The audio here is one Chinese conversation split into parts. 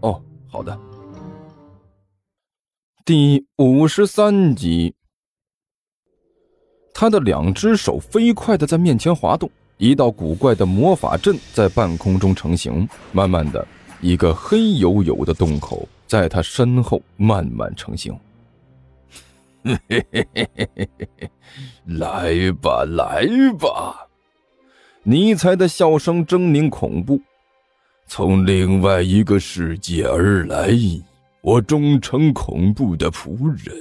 哦，好的。第五十三集，他的两只手飞快的在面前滑动，一道古怪的魔法阵在半空中成型。慢慢的，一个黑黝黝的洞口在他身后慢慢成型。 嘿嘿嘿嘿嘿嘿嘿，来吧，来吧！尼采的笑声狰狞恐怖，从另外一个世界而来，我忠诚恐怖的仆人，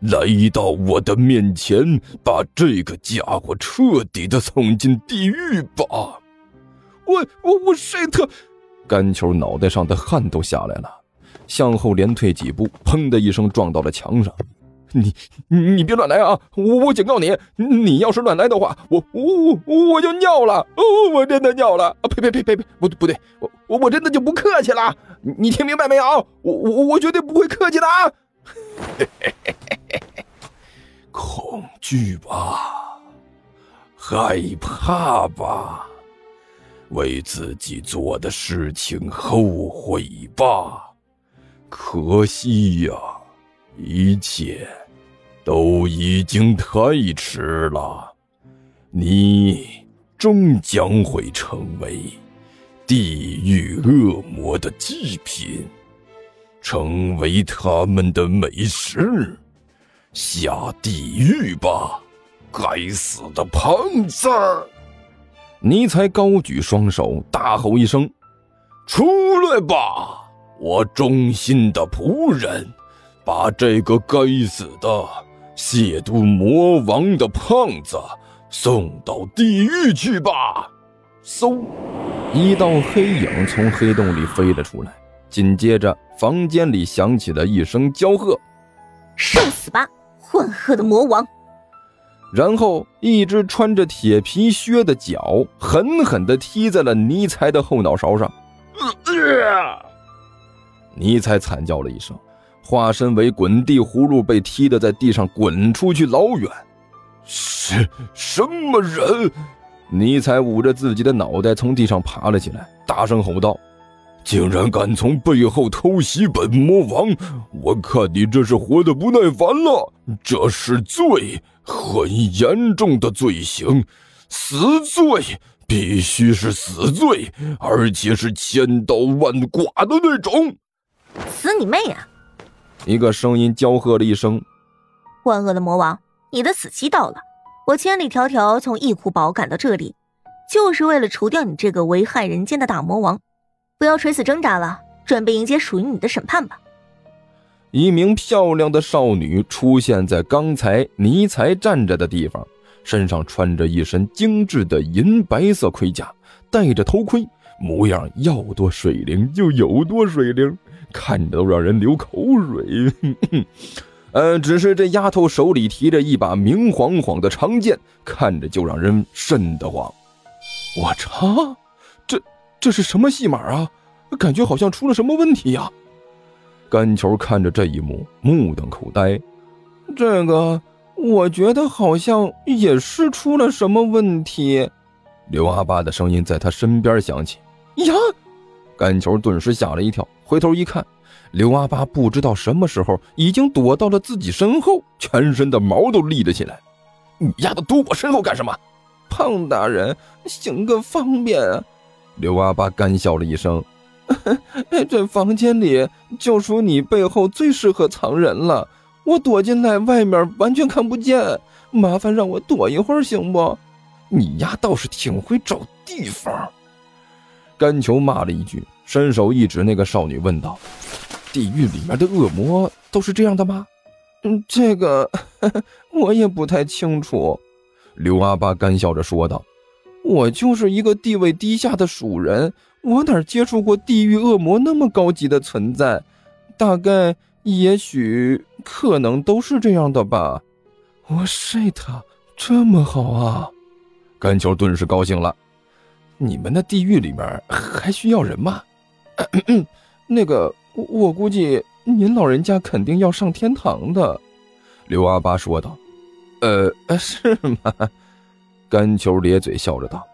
来到我的面前，把这个家伙彻底的送进地狱吧！我我我 shit！干球脑袋上的汗都下来了，向后连退几步，砰的一声撞到了墙上。你你别乱来啊！我我警告你，你要是乱来的话，我我我我就尿了！哦，我真的尿了！啊呸呸呸呸呸！不不对，我我我真的就不客气了！你你听明白没有？我我我绝对不会客气的啊！ 恐惧吧，害怕吧，为自己做的事情后悔吧，可惜呀、啊。一切都已经太迟了，你终将会成为地狱恶魔的祭品，成为他们的美食。下地狱吧，该死的胖子！尼才高举双手，大吼一声：“出来吧，我忠心的仆人！”把这个该死的亵渎魔王的胖子送到地狱去吧！嗖，一道黑影从黑洞里飞了出来，紧接着房间里响起了一声娇喝：“受死吧，混喝的魔王！”然后，一只穿着铁皮靴的脚狠狠地踢在了尼才的后脑勺上，呃、尼才惨叫了一声。化身为滚地葫芦，被踢得在地上滚出去老远。什什么人？尼采捂着自己的脑袋从地上爬了起来，大声吼道：“竟然敢从背后偷袭本魔王！我看你这是活得不耐烦了！这是罪，很严重的罪行，死罪，必须是死罪，而且是千刀万剐的那种！死你妹啊！”一个声音娇喝了一声：“万恶的魔王，你的死期到了！我千里迢迢从异湖堡赶到这里，就是为了除掉你这个为害人间的大魔王。不要垂死挣扎了，准备迎接属于你的审判吧！”一名漂亮的少女出现在刚才尼才站着的地方，身上穿着一身精致的银白色盔甲，戴着头盔，模样要多水灵就有多水灵。看着都让人流口水。 呃，只是这丫头手里提着一把明晃晃的长剑，看着就让人瘆得慌。我操，这这是什么戏码啊？感觉好像出了什么问题呀、啊！干球看着这一幕，目瞪口呆。这个，我觉得好像也是出了什么问题。刘阿八的声音在他身边响起。呀！干球顿时吓了一跳，回头一看，刘阿八不知道什么时候已经躲到了自己身后，全身的毛都立了起来。你丫的躲我身后干什么？胖大人，行个方便。啊刘阿八干笑了一声：“哎这房间里就属你背后最适合藏人了。我躲进来，外面完全看不见。麻烦让我躲一会儿，行不？你丫倒是挺会找地方。”甘球骂了一句，伸手一指那个少女，问道：“地狱里面的恶魔都是这样的吗？”“嗯，这 个我也不太清楚。”刘阿八干笑着说道：“我就是一个地位低下的蜀人，我哪接触过地狱恶魔那么高级的存在？大概、也许、可能都是这样的吧。我 shit，这么好啊！甘球顿时高兴了。你们的地狱里面还需要人吗？ 咳咳那个我，我估计您老人家肯定要上天堂的。”刘阿八说道。“ 呃，是吗？”甘球咧嘴笑着道，“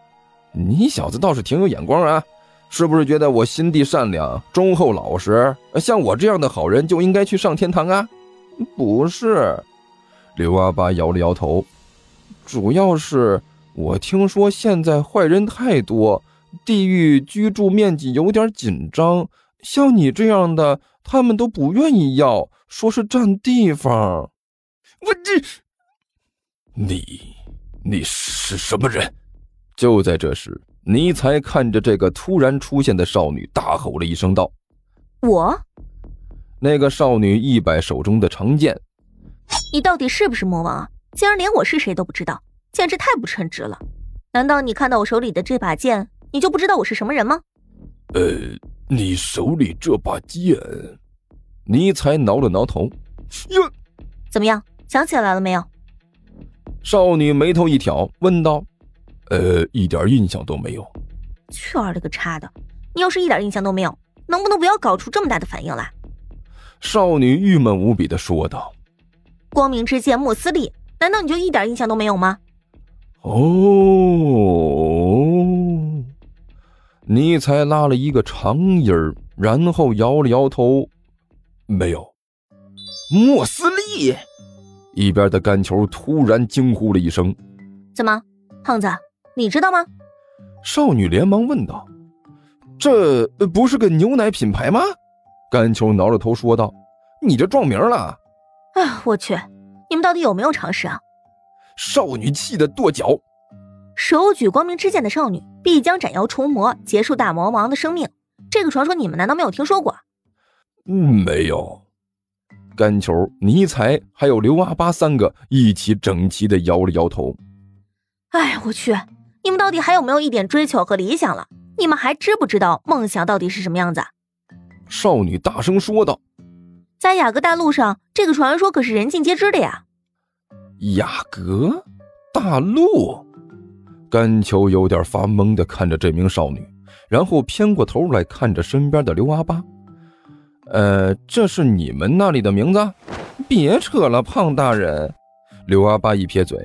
你小子倒是挺有眼光啊！是不是觉得我心地善良、忠厚老实，像我这样的好人就应该去上天堂啊？”“不是。”刘阿八摇了摇头，“主要是……”我听说现在坏人太多，地狱居住面积有点紧张。像你这样的，他们都不愿意要，说是占地方。我这……你，你是什么人？就在这时，尼才看着这个突然出现的少女，大吼了一声道：“我！”那个少女一摆手中的长剑：“你到底是不是魔王啊？竟然连我是谁都不知道！”简直太不称职了！难道你看到我手里的这把剑，你就不知道我是什么人吗？呃，你手里这把剑，尼才挠了挠头。哟，怎么样？想起来了没有？少女眉头一挑，问道：“呃，一点印象都没有。”去儿了个叉的！你要是一点印象都没有，能不能不要搞出这么大的反应来？少女郁闷无比的说道：“光明之剑莫斯利，难道你就一点印象都没有吗？”哦，尼才拉了一个长音儿，然后摇了摇头，没有。莫斯利一边的干球突然惊呼了一声：“怎么，胖子，你知道吗？”少女连忙问道：“呃这不是个牛奶品牌吗？”干球挠着头说道：“你这撞名了！”哎，我去，你们到底有没有常识啊？少女气得跺脚，手举光明之剑的少女必将斩妖除魔，结束大魔王的生命。这个传说你们难道没有听说过？嗯，没有。甘球、尼才还有刘阿八三个一起整齐的摇了摇头。哎，我去！你们到底还有没有一点追求和理想了？你们还知不知道梦想到底是什么样子？啊少女大声说道：“在雅各大陆上，这个传说可是人尽皆知的呀。”雅阁大陆，甘球有点发懵的看着这名少女，然后偏过头来看着身边的刘阿八。呃，这是你们那里的名字？别扯了，胖大人。刘阿八一撇嘴，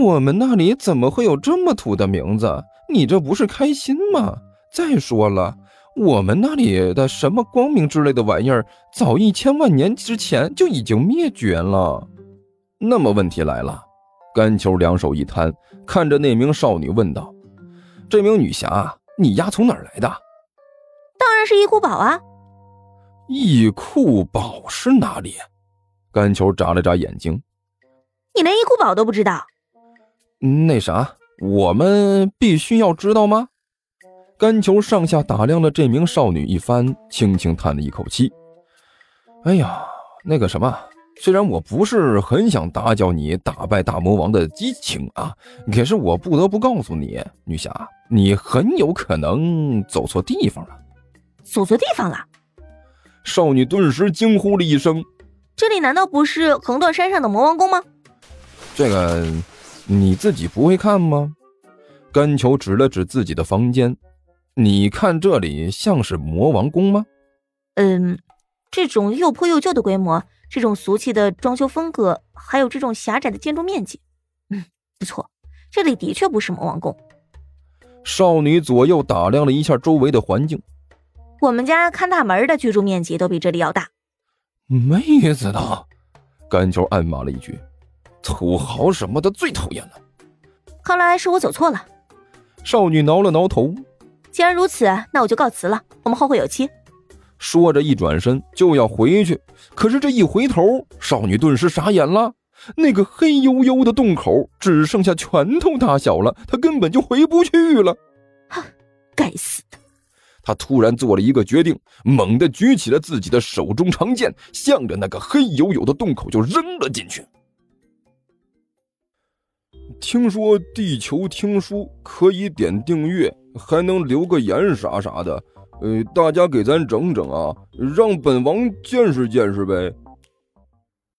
我们那里怎么会有这么土的名字？你这不是开心吗？再说了，我们那里的什么光明之类的玩意儿，早一千万年之前就已经灭绝了。那么问题来了，甘球两手一摊，看着那名少女问道：“这名女侠，你丫从哪儿来的？”“当然是易库堡啊！”“易库堡是哪里？”甘球眨了眨眼睛，“你连易库堡都不知道？”“嗯那啥，我们必须要知道吗？”甘球上下打量了这名少女一番，轻轻叹了一口气：“哎呀，那个什么。”虽然我不是很想打搅你打败大魔王的激情啊，可是我不得不告诉你，女侠，你很有可能走错地方了。走错地方啊了！少女顿时惊呼了一声：“这里难道不是横断山上的魔王宫吗？”这个你自己不会看吗？甘球指了指自己的房间：“你看这里像是魔王宫吗？”嗯，这种又破又旧的规模。这种俗气的装修风格，还有这种狭窄的建筑面积，嗯，不错，这里的确不是魔王宫。少女左右打量了一下周围的环境，我们家看大门的居住面积都比这里要大。妹子呢？甘球暗骂了一句：“土豪什么的最讨厌了。”看来是我走错了。少女挠了挠头，既然如此，那我就告辞了，我们后会有期。说着，一转身就要回去，可是这一回头，少女顿时傻眼了。那个黑黝黝的洞口只剩下拳头大小了，她根本就回不去了。哼，该死的！她突然做了一个决定，猛地举起了自己的手中长剑，向着那个黑黝黝的洞口就扔了进去。听说地球听书可以点订阅，还能留个言啥啥的。呃，大家给咱整整啊，让本王见识见识呗。